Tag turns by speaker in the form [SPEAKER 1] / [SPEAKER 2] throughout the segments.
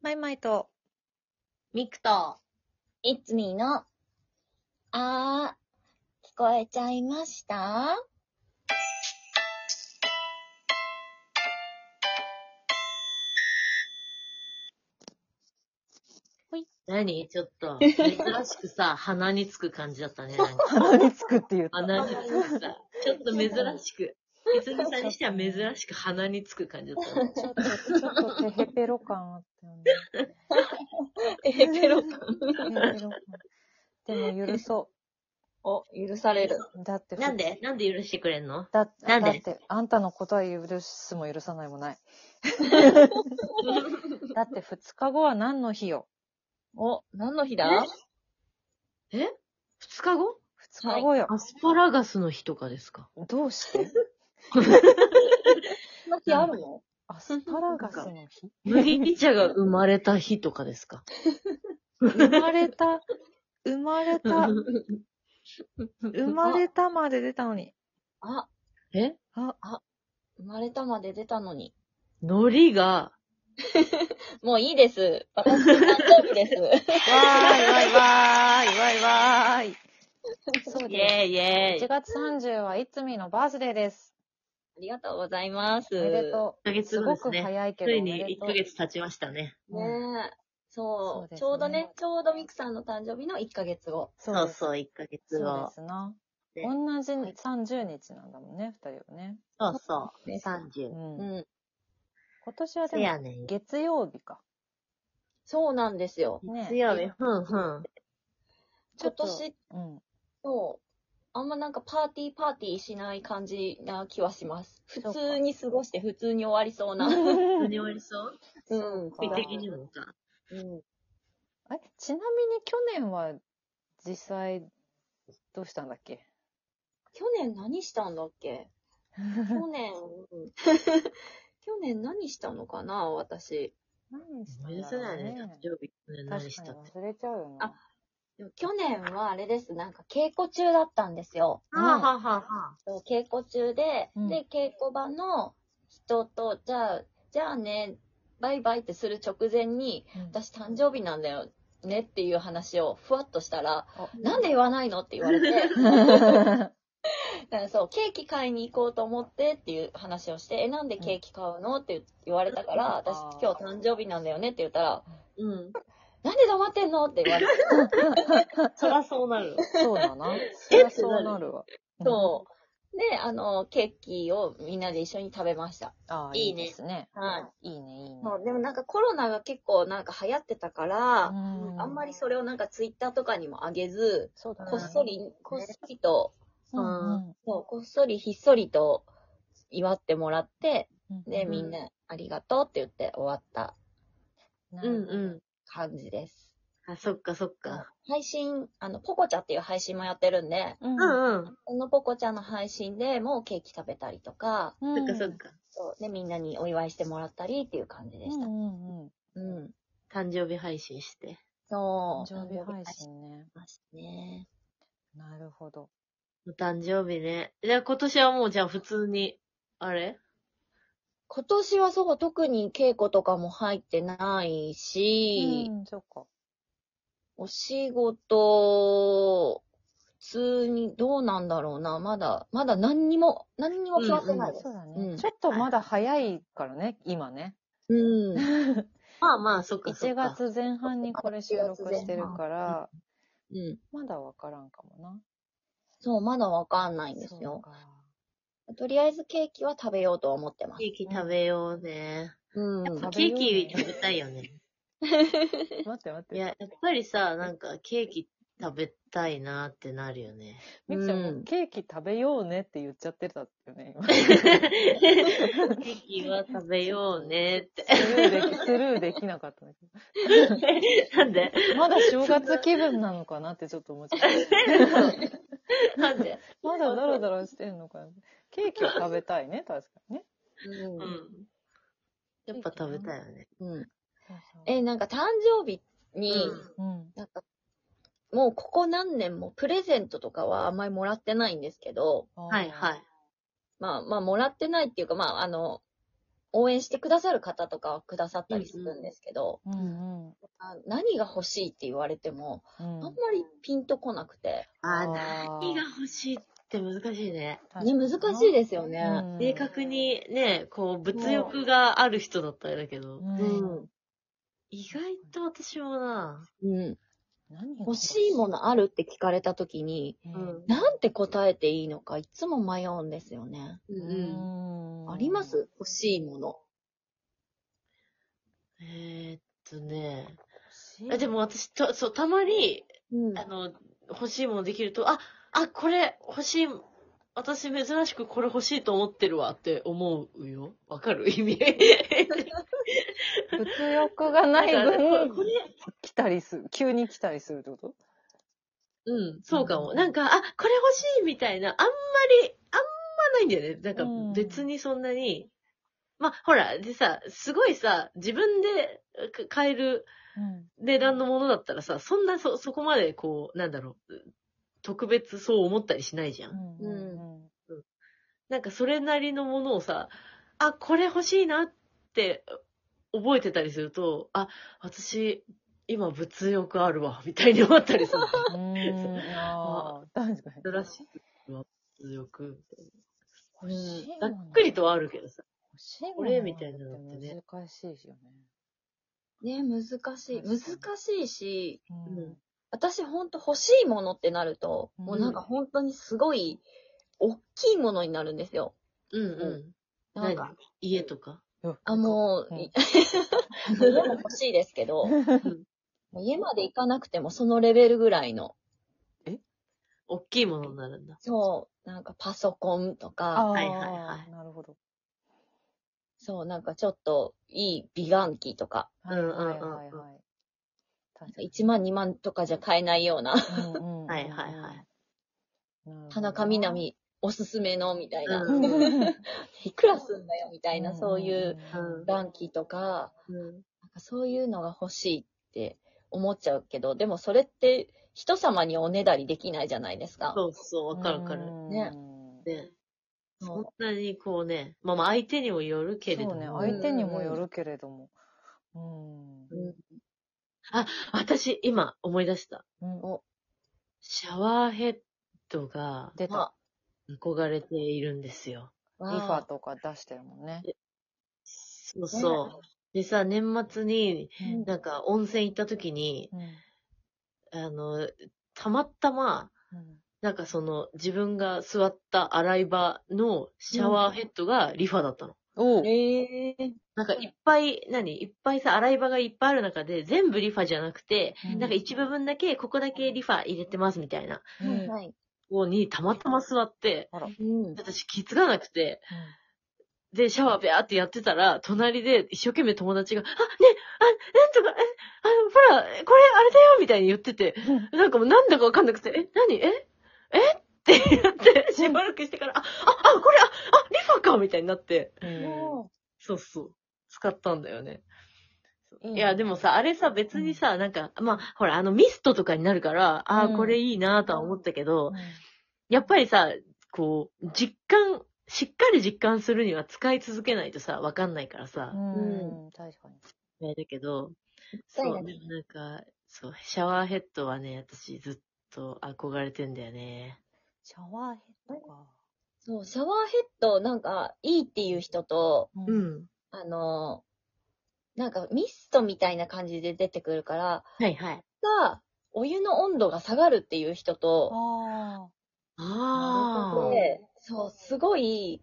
[SPEAKER 1] マイマイと、
[SPEAKER 2] ミクと、
[SPEAKER 3] It's me の、あー、聞こえちゃいました
[SPEAKER 2] 何ちょっ と、珍しくさ、鼻につく感じだったね。なんか
[SPEAKER 1] 鼻につくっていう。
[SPEAKER 2] 鼻につくさ、ちょっと珍しく。いつみさんにしては珍しく鼻につく感じだったね。
[SPEAKER 1] ちょっと、ちょっとテヘペロ感あったよね。
[SPEAKER 3] え、ペロ。
[SPEAKER 1] テヘペロ感。でも許そ
[SPEAKER 3] お、許される。
[SPEAKER 1] う。だっ て、
[SPEAKER 2] なんでなんで許してくれんの
[SPEAKER 1] だって、
[SPEAKER 2] なんで
[SPEAKER 1] だって、あんたのことは許すも許さない もない。だって、二日後は何の日よ。
[SPEAKER 3] お、何の日だ
[SPEAKER 2] え二日後
[SPEAKER 1] 二日後よ。
[SPEAKER 2] アスパラガスの日とかですか
[SPEAKER 1] どうして
[SPEAKER 3] そんな日あるの
[SPEAKER 1] アスパラガス の日
[SPEAKER 2] 麦茶が生まれた日とかですか
[SPEAKER 1] 生まれた、生まれた、生まれたまで出たのに。
[SPEAKER 3] あ、
[SPEAKER 2] え
[SPEAKER 1] あ、
[SPEAKER 3] 生まれたまで出たのに。
[SPEAKER 2] 海苔が、
[SPEAKER 3] もういいです。私の誕生日です。
[SPEAKER 1] わーいわいわーいわいわーい。そう
[SPEAKER 2] イ
[SPEAKER 1] で
[SPEAKER 2] ェイイェイ。
[SPEAKER 1] す。
[SPEAKER 2] 1
[SPEAKER 1] 1月30はいつみのバースデーです。
[SPEAKER 3] ありがとうございます。
[SPEAKER 1] おめでと
[SPEAKER 2] ヶ
[SPEAKER 1] う。
[SPEAKER 2] 月
[SPEAKER 1] す
[SPEAKER 2] 後
[SPEAKER 1] ご
[SPEAKER 2] です
[SPEAKER 1] く
[SPEAKER 2] ね。
[SPEAKER 1] 早いけど。
[SPEAKER 2] つい
[SPEAKER 1] おめで
[SPEAKER 2] に
[SPEAKER 1] と
[SPEAKER 2] 1
[SPEAKER 1] う
[SPEAKER 2] ヶ月経ちましたね。
[SPEAKER 3] ねえ。
[SPEAKER 1] そ
[SPEAKER 3] そ
[SPEAKER 1] う
[SPEAKER 3] う
[SPEAKER 1] ですね
[SPEAKER 3] ちょうどね、ちょうどミクさんの誕生日の1ヶ月後。
[SPEAKER 2] そう
[SPEAKER 1] う
[SPEAKER 2] そう、1ヶ
[SPEAKER 1] で
[SPEAKER 2] 月
[SPEAKER 1] す。そうで
[SPEAKER 2] 後。
[SPEAKER 1] すな。
[SPEAKER 2] ね
[SPEAKER 1] 同じ30日なんだもんね、二人はね。
[SPEAKER 2] そうそう、
[SPEAKER 3] です
[SPEAKER 1] う。
[SPEAKER 2] 30。
[SPEAKER 3] うんん。
[SPEAKER 1] 今年はで
[SPEAKER 2] せ
[SPEAKER 1] も
[SPEAKER 2] やねん。
[SPEAKER 1] 月曜日か。
[SPEAKER 3] そうなんですよ。
[SPEAKER 1] ね
[SPEAKER 2] 月曜日、ふんふん。
[SPEAKER 1] ち
[SPEAKER 3] 今
[SPEAKER 1] ょっと
[SPEAKER 3] 年
[SPEAKER 1] うん。
[SPEAKER 3] そう。あんまなんかパーティーパーティーしない感じな気はします。普
[SPEAKER 1] うか
[SPEAKER 3] 通に過ごして普通に終わりそうな。
[SPEAKER 2] 何終わりそう
[SPEAKER 3] うん。
[SPEAKER 1] そう
[SPEAKER 2] 美
[SPEAKER 1] か
[SPEAKER 2] 的にもか。
[SPEAKER 3] うん。
[SPEAKER 1] え、ちなみに去年は実際どうしたんだっけ
[SPEAKER 3] 去年何したんだっ け去年、去年何したのかな私。
[SPEAKER 1] 何した
[SPEAKER 2] 思い
[SPEAKER 1] ん
[SPEAKER 2] 出
[SPEAKER 1] だ
[SPEAKER 2] せな
[SPEAKER 1] ろう
[SPEAKER 2] いね。誕
[SPEAKER 1] ね。
[SPEAKER 2] 生日、去年
[SPEAKER 1] 確か
[SPEAKER 2] 何
[SPEAKER 1] に
[SPEAKER 2] したって。
[SPEAKER 1] 忘れちゃうよな。
[SPEAKER 3] でも去年はあれです。なんか稽古中だったんですよ。
[SPEAKER 1] うん
[SPEAKER 2] はあ、はあはあはあ、
[SPEAKER 3] そう稽古中で、
[SPEAKER 1] うん
[SPEAKER 3] で、稽古場の人と、じゃあ、じゃあね、バイバイってする直前に、
[SPEAKER 1] うん
[SPEAKER 3] 私誕生日なんだよねっていう話をふわっとしたら、
[SPEAKER 1] あ
[SPEAKER 3] なんで言わないのって言われて、 だからそう、ケーキ買いに行こうと思ってっていう話をして、え、なんでケーキ買うのって言われたから、私
[SPEAKER 1] あー
[SPEAKER 3] 今日誕生日なんだよねって言ったら、
[SPEAKER 2] うん。
[SPEAKER 3] なんで黙ってんのって言われて、
[SPEAKER 2] そらそうなる。
[SPEAKER 1] そうだな。そりゃそうなるわ。
[SPEAKER 3] そう。で、あの、ケーキをみんなで一緒に食べました。
[SPEAKER 1] うん。ああ、
[SPEAKER 3] い
[SPEAKER 1] い
[SPEAKER 3] い
[SPEAKER 1] い
[SPEAKER 3] ね
[SPEAKER 1] ですね。
[SPEAKER 3] はい
[SPEAKER 1] いいね、いいね。
[SPEAKER 3] そう、でもなんかコロナが結構なんか流行ってたから、
[SPEAKER 1] ん
[SPEAKER 3] あんまりそれをなんかツイッターとかにも上げず、
[SPEAKER 1] そうだね
[SPEAKER 3] こっそり、こっそりと、
[SPEAKER 1] うんうん
[SPEAKER 3] そう、こっそりひっそりと祝ってもらって、
[SPEAKER 1] うん
[SPEAKER 3] で、
[SPEAKER 2] うん
[SPEAKER 3] みんなありがとうって言って終わった
[SPEAKER 1] な
[SPEAKER 2] う
[SPEAKER 1] る
[SPEAKER 2] ん
[SPEAKER 1] ほど
[SPEAKER 2] う
[SPEAKER 3] 感じです。
[SPEAKER 2] ん。あ、そっかそっか。
[SPEAKER 3] 配信、あの、ポコチャっていう配信もやってるんで、
[SPEAKER 1] う
[SPEAKER 2] うんんうん。
[SPEAKER 3] このポコチャの配信でもうケーキ食べたりとか、
[SPEAKER 1] うん
[SPEAKER 2] そっかそっか。
[SPEAKER 3] そう、で、みんなにお祝いしてもらったりっていう感じで
[SPEAKER 1] う
[SPEAKER 3] した。
[SPEAKER 1] んうんうん。
[SPEAKER 3] うん。
[SPEAKER 2] 誕生日配信して。
[SPEAKER 3] そ
[SPEAKER 1] 誕
[SPEAKER 3] う。
[SPEAKER 1] 生日配
[SPEAKER 3] し
[SPEAKER 1] 信ね。
[SPEAKER 3] ましたね。
[SPEAKER 1] なるほど。
[SPEAKER 2] お誕生日ね。じゃあ今年はもうじゃあ普通に、あれ
[SPEAKER 3] 今年はそう、特に稽古とかも入ってないし、
[SPEAKER 1] うん、そっか。
[SPEAKER 3] お仕事、普通にどうなんだろうな。まだ、まだ何にも、何にも決まってないです。
[SPEAKER 1] そうだ
[SPEAKER 3] う
[SPEAKER 1] ね。
[SPEAKER 3] ん
[SPEAKER 1] ちょっとまだ早いからね、今ね。
[SPEAKER 3] うん。
[SPEAKER 2] まあまあ、そっかそ
[SPEAKER 1] 1
[SPEAKER 2] っか。
[SPEAKER 1] 月前半にこれ収録してるから、
[SPEAKER 3] うん。
[SPEAKER 1] まだわからんかもな。
[SPEAKER 3] そう、まだわかんないんです
[SPEAKER 1] そう
[SPEAKER 3] よ。
[SPEAKER 1] か。
[SPEAKER 3] とりあえずケーキは食べようとは思ってます
[SPEAKER 2] ケ。ーキ食べようね。
[SPEAKER 3] うん。
[SPEAKER 1] やっぱ
[SPEAKER 2] ケーキ食べたいよね。
[SPEAKER 1] 待って待っ
[SPEAKER 2] い
[SPEAKER 1] て。
[SPEAKER 2] や、やっぱりさ、なんかケーキ食べたいなってなるよね。
[SPEAKER 1] みくちゃんも
[SPEAKER 3] う
[SPEAKER 1] うんケーキ食べようねって言っちゃってたよね、今。
[SPEAKER 2] ケーキは食べようね って。
[SPEAKER 1] スルーでき、スルーできなかったんだけ
[SPEAKER 2] なんで
[SPEAKER 1] ど。まだ正月気分なのかなってちょっと思っちゃった。
[SPEAKER 2] なんで
[SPEAKER 1] まだダラダラしてんのかな。ケーキは食べたいね、確かにね。
[SPEAKER 2] う。
[SPEAKER 3] うん
[SPEAKER 2] やっぱ食べたいよね。
[SPEAKER 3] ん。うん。え、なんか誕生日に、
[SPEAKER 1] うん。。
[SPEAKER 3] なんか、もうここ何年もプレゼントとかはあんまりもらってないんですけど、
[SPEAKER 2] はいはいい。
[SPEAKER 3] まあまあもらってないっていうか、まああの、応援してくださる方とかはくださったりするんですけど、
[SPEAKER 1] うんうん。
[SPEAKER 3] あ何が欲しいって言われても、
[SPEAKER 1] うん
[SPEAKER 3] あんまりピンとこなくて、
[SPEAKER 2] あー、
[SPEAKER 1] あー
[SPEAKER 2] 何が欲しいって難しいね。
[SPEAKER 3] ね、難しいですよね。
[SPEAKER 1] うん
[SPEAKER 2] 明確にね、こう、物欲がある人だったらだけど、
[SPEAKER 1] うん
[SPEAKER 2] 意外と私もな、
[SPEAKER 3] うん、
[SPEAKER 1] 何が
[SPEAKER 3] 欲しいものあるって聞かれた時に、
[SPEAKER 1] う
[SPEAKER 2] うん
[SPEAKER 1] ん。
[SPEAKER 3] なんて答えていいのかいつも迷うんですよね。
[SPEAKER 2] う
[SPEAKER 1] うん
[SPEAKER 3] あります欲しいもの。
[SPEAKER 2] えーっとね、
[SPEAKER 1] 欲しい
[SPEAKER 2] あでも私た、そう、たまに、
[SPEAKER 3] うん
[SPEAKER 2] あの、欲しいものできると、あ、あ、これ欲しい、私珍しくこれ欲しいと思ってるわって思うよ。わかる意味。
[SPEAKER 1] 物欲がない
[SPEAKER 2] なんかこ
[SPEAKER 1] 分、
[SPEAKER 2] れ、
[SPEAKER 1] 来たりする。急に来たりするってこと
[SPEAKER 2] うん、そうかも。
[SPEAKER 1] うん
[SPEAKER 2] なんか、あ、これ欲しいみたいな、あんまり、あんまないんだよね。なんか
[SPEAKER 1] うん
[SPEAKER 2] 別にそんなに。まあ、ほら、でさ、すごいさ、自分でか買える
[SPEAKER 1] うん。
[SPEAKER 2] 値段のものだったらさ、そんな、そ、そこまでこう、なんだろう、特別そう思ったりしないじゃん。
[SPEAKER 1] うんうん
[SPEAKER 2] なんかそれなりのものをさ、あ、これ欲しいなって覚えてたりすると、あ、私、今物欲あるわ、みたいに思ったりする。
[SPEAKER 1] うん。うん。ああ、確かに。
[SPEAKER 2] 珍しいわ、物欲。
[SPEAKER 1] 欲しいも
[SPEAKER 2] ざ
[SPEAKER 1] の
[SPEAKER 2] っくりとはあるけどさ。
[SPEAKER 1] 欲しいもの
[SPEAKER 2] これみたいなのってね
[SPEAKER 1] 難しいよ
[SPEAKER 3] ね、
[SPEAKER 1] ね。
[SPEAKER 3] 難しい。難しいし、
[SPEAKER 1] う
[SPEAKER 2] うん
[SPEAKER 3] 私ほんと欲しいものってなると、もうなんか本当にすごい、大きいものになるんですよ。
[SPEAKER 2] うん
[SPEAKER 3] う
[SPEAKER 2] うんん。
[SPEAKER 3] なんか
[SPEAKER 2] 何、家とか。
[SPEAKER 3] あ、もう、
[SPEAKER 1] うん
[SPEAKER 3] 家も欲しいですけど、もう家まで行かなくてもそのレベルぐらいの、
[SPEAKER 2] 大きいものになるんだ。
[SPEAKER 3] そう、なんかパソコンと
[SPEAKER 1] あ
[SPEAKER 3] か、
[SPEAKER 1] あ、
[SPEAKER 2] はいはいは
[SPEAKER 1] なるほど。
[SPEAKER 3] そう、なんかちょっといい美顔器とか、
[SPEAKER 1] はいはいはい
[SPEAKER 2] うんうん
[SPEAKER 1] はい。確かに
[SPEAKER 3] 1万2万とかじゃ買えないような、
[SPEAKER 1] うんうん
[SPEAKER 2] はいはいはい
[SPEAKER 1] うんうん。
[SPEAKER 3] 田中みな実おすすめのみたいな、
[SPEAKER 2] う
[SPEAKER 1] なるほどな。み
[SPEAKER 3] いくらすんだよみたいな、そういう。
[SPEAKER 2] うん
[SPEAKER 3] 美顔器とか、
[SPEAKER 2] うん。
[SPEAKER 3] なんかそういうのが欲しいって思っちゃうけど、でもそれって人様におねだりできないじゃないですか。
[SPEAKER 2] そうそう、わかるわかる。
[SPEAKER 3] ね
[SPEAKER 2] ね。そ
[SPEAKER 3] そ
[SPEAKER 2] ん
[SPEAKER 3] う
[SPEAKER 2] なにこうね、まあまあ相手にもよるけれ
[SPEAKER 1] そ
[SPEAKER 2] ど
[SPEAKER 1] うね、
[SPEAKER 2] も。
[SPEAKER 1] 相手にもよるけれども。うん。
[SPEAKER 2] 私、今思い出した。
[SPEAKER 1] うん
[SPEAKER 3] お
[SPEAKER 2] シャワーヘッドが
[SPEAKER 1] 出
[SPEAKER 3] まあ
[SPEAKER 1] た。
[SPEAKER 2] 憧れているんですよ。
[SPEAKER 1] リフ
[SPEAKER 3] わあ
[SPEAKER 1] ァとか出してるもんね。
[SPEAKER 2] そうそう。でさ、年末に、
[SPEAKER 3] うん
[SPEAKER 2] なんか温泉行った時に、
[SPEAKER 1] うん
[SPEAKER 2] あの、たまたま、
[SPEAKER 1] うん
[SPEAKER 2] なんかその自分が座った洗い場のシャワーヘッドがリファだったの。
[SPEAKER 1] おう
[SPEAKER 3] ええ
[SPEAKER 2] なんかいっぱい、何いっぱいさ、洗い場がいっぱいある中で全部リファじゃなくて、
[SPEAKER 1] うん
[SPEAKER 2] なんか一部分だけ、ここだけリファ入れてますみたいな。
[SPEAKER 1] うん
[SPEAKER 3] はい。
[SPEAKER 2] こうにたまたま座って、
[SPEAKER 1] あら。
[SPEAKER 3] うん。
[SPEAKER 2] 私気づかなくて、で、シャワービャーってやってたら、隣で一生懸命友達が、あ、ね、あ、なんとか、え、あの、ほら、えこれあれだよみたいに言ってて、なんかもうなんだかわかんなくて、え、何ええって言って、しばらくしてから、あ、あ、あ、これ、あ、あ、リファかみたいになって、
[SPEAKER 1] うん
[SPEAKER 3] も
[SPEAKER 2] そうそう、使ったんだよね。
[SPEAKER 1] いいね
[SPEAKER 2] いや、でもさ、あれさ、別にさ、なんか、まあ、ほら、あの、ミストとかになるから、あ
[SPEAKER 1] うん
[SPEAKER 2] ーこれいいなとは思ったけど、
[SPEAKER 1] うん
[SPEAKER 2] やっぱりさ、こう、実感、しっかり実感するには使い続けないとさ、わかんないからさ、
[SPEAKER 1] うんうん、確かに。
[SPEAKER 2] あれだけど、
[SPEAKER 3] ったい
[SPEAKER 2] そう、
[SPEAKER 3] ない
[SPEAKER 2] でもなんか、そう、シャワーヘッドはね、私ずっと憧れてんだよね。
[SPEAKER 1] シャワーヘッドか。
[SPEAKER 3] うそう、シャワーヘッドなんかいいっていう人と、
[SPEAKER 1] う
[SPEAKER 2] う。ん。
[SPEAKER 3] あのーなんかミストみたいな感じで出てくるから、
[SPEAKER 2] はいはい。
[SPEAKER 3] が、お湯の温度が下がるっていう人と、
[SPEAKER 1] あ
[SPEAKER 2] あ
[SPEAKER 1] なるほど
[SPEAKER 2] あ。
[SPEAKER 3] で、そう、すごい、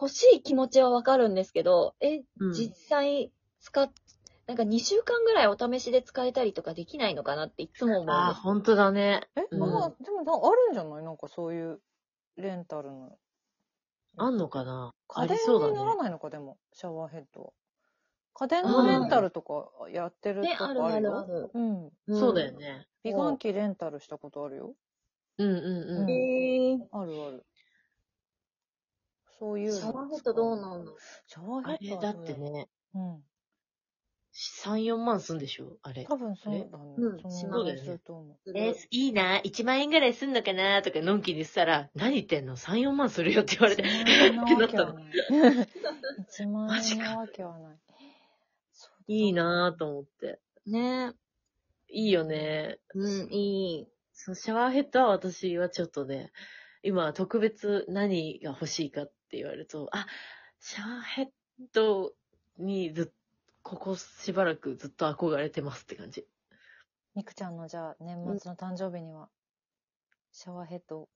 [SPEAKER 3] 欲しい気持ちはわかるんですけど、え、
[SPEAKER 2] うん
[SPEAKER 3] 実際使っ、なんか2週間ぐらいお試しで使えたりとかできないのかなっていつも思うんです
[SPEAKER 2] ああ、ほんとだね。
[SPEAKER 1] あ。え、
[SPEAKER 2] うん
[SPEAKER 1] まあ、でもな、あるんじゃないなんかそういう、レンタルの。
[SPEAKER 2] あんのかなあり
[SPEAKER 1] 家電
[SPEAKER 2] そうだ
[SPEAKER 1] になら
[SPEAKER 2] ね。
[SPEAKER 1] ないのか、でも、シャワーヘッドは。家電のレンタルとかやってる
[SPEAKER 3] ね、
[SPEAKER 1] と
[SPEAKER 3] あ
[SPEAKER 1] こ
[SPEAKER 3] る
[SPEAKER 1] あ
[SPEAKER 3] あ
[SPEAKER 1] る
[SPEAKER 3] るあ
[SPEAKER 1] よ。
[SPEAKER 3] る。
[SPEAKER 1] うん。
[SPEAKER 2] そうだよね。
[SPEAKER 1] 美顔器レンタルしたことあるよ。
[SPEAKER 2] うんうんうん。
[SPEAKER 3] えー、
[SPEAKER 1] あるある。そういう
[SPEAKER 3] シ
[SPEAKER 1] の。
[SPEAKER 3] ャワーヘッドどうなんだろ
[SPEAKER 1] シャワー
[SPEAKER 2] あ
[SPEAKER 1] ヘッ
[SPEAKER 2] れ、
[SPEAKER 1] ド
[SPEAKER 2] だ
[SPEAKER 1] は
[SPEAKER 2] って
[SPEAKER 1] どうやろ
[SPEAKER 2] ね、
[SPEAKER 1] う。うん。
[SPEAKER 2] 3、4万すんでしょあれ。
[SPEAKER 1] 多分そうだね。
[SPEAKER 3] うん
[SPEAKER 1] そ
[SPEAKER 3] し
[SPEAKER 1] の
[SPEAKER 3] ま
[SPEAKER 1] ぐ
[SPEAKER 2] うだよ
[SPEAKER 1] らい
[SPEAKER 2] ね
[SPEAKER 1] すると思う。
[SPEAKER 3] う
[SPEAKER 2] えー、いいな、1万円ぐらいすんのかなとか、のんきにしたら、何言ってんの ?3、4万するよって言われて、
[SPEAKER 1] そんなわけはない1万
[SPEAKER 2] マジ
[SPEAKER 1] 円
[SPEAKER 2] か
[SPEAKER 1] なわけはない。
[SPEAKER 2] いいなぁと思って。
[SPEAKER 3] ね
[SPEAKER 2] いいよね。
[SPEAKER 3] うん、いい。
[SPEAKER 2] そう、シャワーヘッドは私はちょっとね、今特別何が欲しいかって言われると、あ、シャワーヘッドにずっここしばらくずっと憧れてますって感じ。
[SPEAKER 1] みくちゃんのじゃあ、年末の誕生日には、シャワーヘッドを。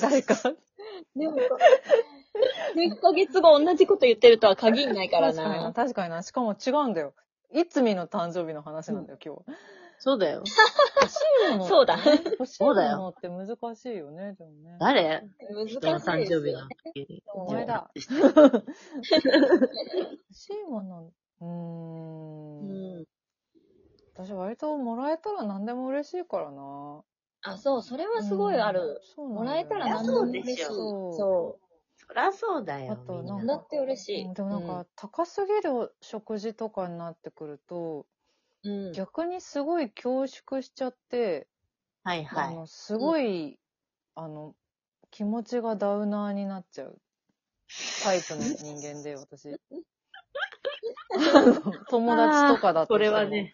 [SPEAKER 1] 誰か
[SPEAKER 3] で も、1ヶ月後同じこと言ってるとは限んないから
[SPEAKER 1] 確かにな、
[SPEAKER 3] な。
[SPEAKER 1] 確かにな。しかも違うんだよ。いつみの誕生日の話なんだよ、今日。
[SPEAKER 2] そうだよ。
[SPEAKER 1] 欲しいもの。
[SPEAKER 3] そうだ。
[SPEAKER 1] 欲しいものって難しいよね、でもね。
[SPEAKER 2] 誰
[SPEAKER 3] 難しい
[SPEAKER 2] 人の誕
[SPEAKER 3] です
[SPEAKER 2] 生日
[SPEAKER 3] よ
[SPEAKER 2] の時に。
[SPEAKER 1] お前だ。 欲しいもの。う
[SPEAKER 3] う
[SPEAKER 1] ーん。
[SPEAKER 3] ん。
[SPEAKER 1] 私割ともらえたら何でも嬉しいからな。
[SPEAKER 3] あ、そう、それはすごいあ
[SPEAKER 1] うん
[SPEAKER 3] る。。
[SPEAKER 1] そうなん
[SPEAKER 3] もら
[SPEAKER 1] だよ
[SPEAKER 3] えたら何でも嬉しい。
[SPEAKER 2] そうでし
[SPEAKER 1] ょ
[SPEAKER 3] そ
[SPEAKER 2] そらそうだよ。
[SPEAKER 1] あ
[SPEAKER 2] み
[SPEAKER 1] と
[SPEAKER 2] んな
[SPEAKER 1] な
[SPEAKER 3] う。
[SPEAKER 1] ん
[SPEAKER 3] だ
[SPEAKER 1] か
[SPEAKER 3] って嬉しい。
[SPEAKER 1] でもなんか、高すぎる食事とかになってくると、
[SPEAKER 3] うん。
[SPEAKER 1] 逆にすごい恐縮しちゃって、
[SPEAKER 2] はいは
[SPEAKER 1] あ
[SPEAKER 2] い。
[SPEAKER 1] のすごい、あの気持ちがダウナーになっちゃうタイプの人間で私 あの友達とかだと
[SPEAKER 2] これ
[SPEAKER 1] しても
[SPEAKER 2] はね、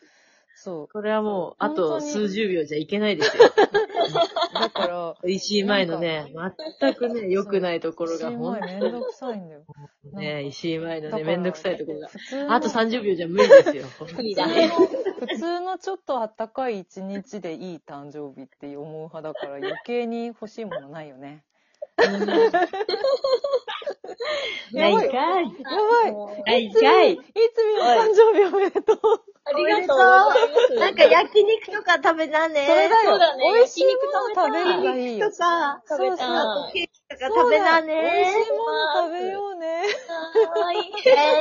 [SPEAKER 1] そ
[SPEAKER 2] これはもう、あ
[SPEAKER 1] 本当
[SPEAKER 2] と
[SPEAKER 1] に
[SPEAKER 2] 数十秒じゃいけないです よ。
[SPEAKER 1] うだから
[SPEAKER 2] 石井前のね、全くね、良くないところ
[SPEAKER 1] す
[SPEAKER 2] が、
[SPEAKER 1] ご
[SPEAKER 2] ほ
[SPEAKER 1] い
[SPEAKER 2] ん
[SPEAKER 1] めんどくさいんだよ
[SPEAKER 2] とね、石井前の
[SPEAKER 1] だか
[SPEAKER 2] ね、
[SPEAKER 1] ら
[SPEAKER 2] めんどくさいところが。
[SPEAKER 1] 普通の
[SPEAKER 2] あと30秒じゃ 無理ですよ。
[SPEAKER 3] 無理
[SPEAKER 1] 普
[SPEAKER 3] だ
[SPEAKER 1] 通
[SPEAKER 3] ね。
[SPEAKER 1] の普通のちょっとあったかい一日でいい誕生日って思う派だから余計に欲しいものないよね。
[SPEAKER 2] ない
[SPEAKER 1] やばい
[SPEAKER 2] かい。
[SPEAKER 1] やばい
[SPEAKER 3] もう
[SPEAKER 2] ないかい
[SPEAKER 1] い。つみの誕生日おめでとう。
[SPEAKER 3] ありがとうございます。
[SPEAKER 2] なん か焼肉とか食べなね。
[SPEAKER 1] それだ
[SPEAKER 3] そうだ
[SPEAKER 1] よ。
[SPEAKER 3] ね
[SPEAKER 1] 美味しいもの食べるがいいよ
[SPEAKER 2] と。か、
[SPEAKER 1] そうそ
[SPEAKER 3] 食べ
[SPEAKER 1] う
[SPEAKER 3] たい
[SPEAKER 2] ケーキとか食べな
[SPEAKER 1] 美味し
[SPEAKER 2] ね。
[SPEAKER 1] いもの食べようね。
[SPEAKER 3] はーい。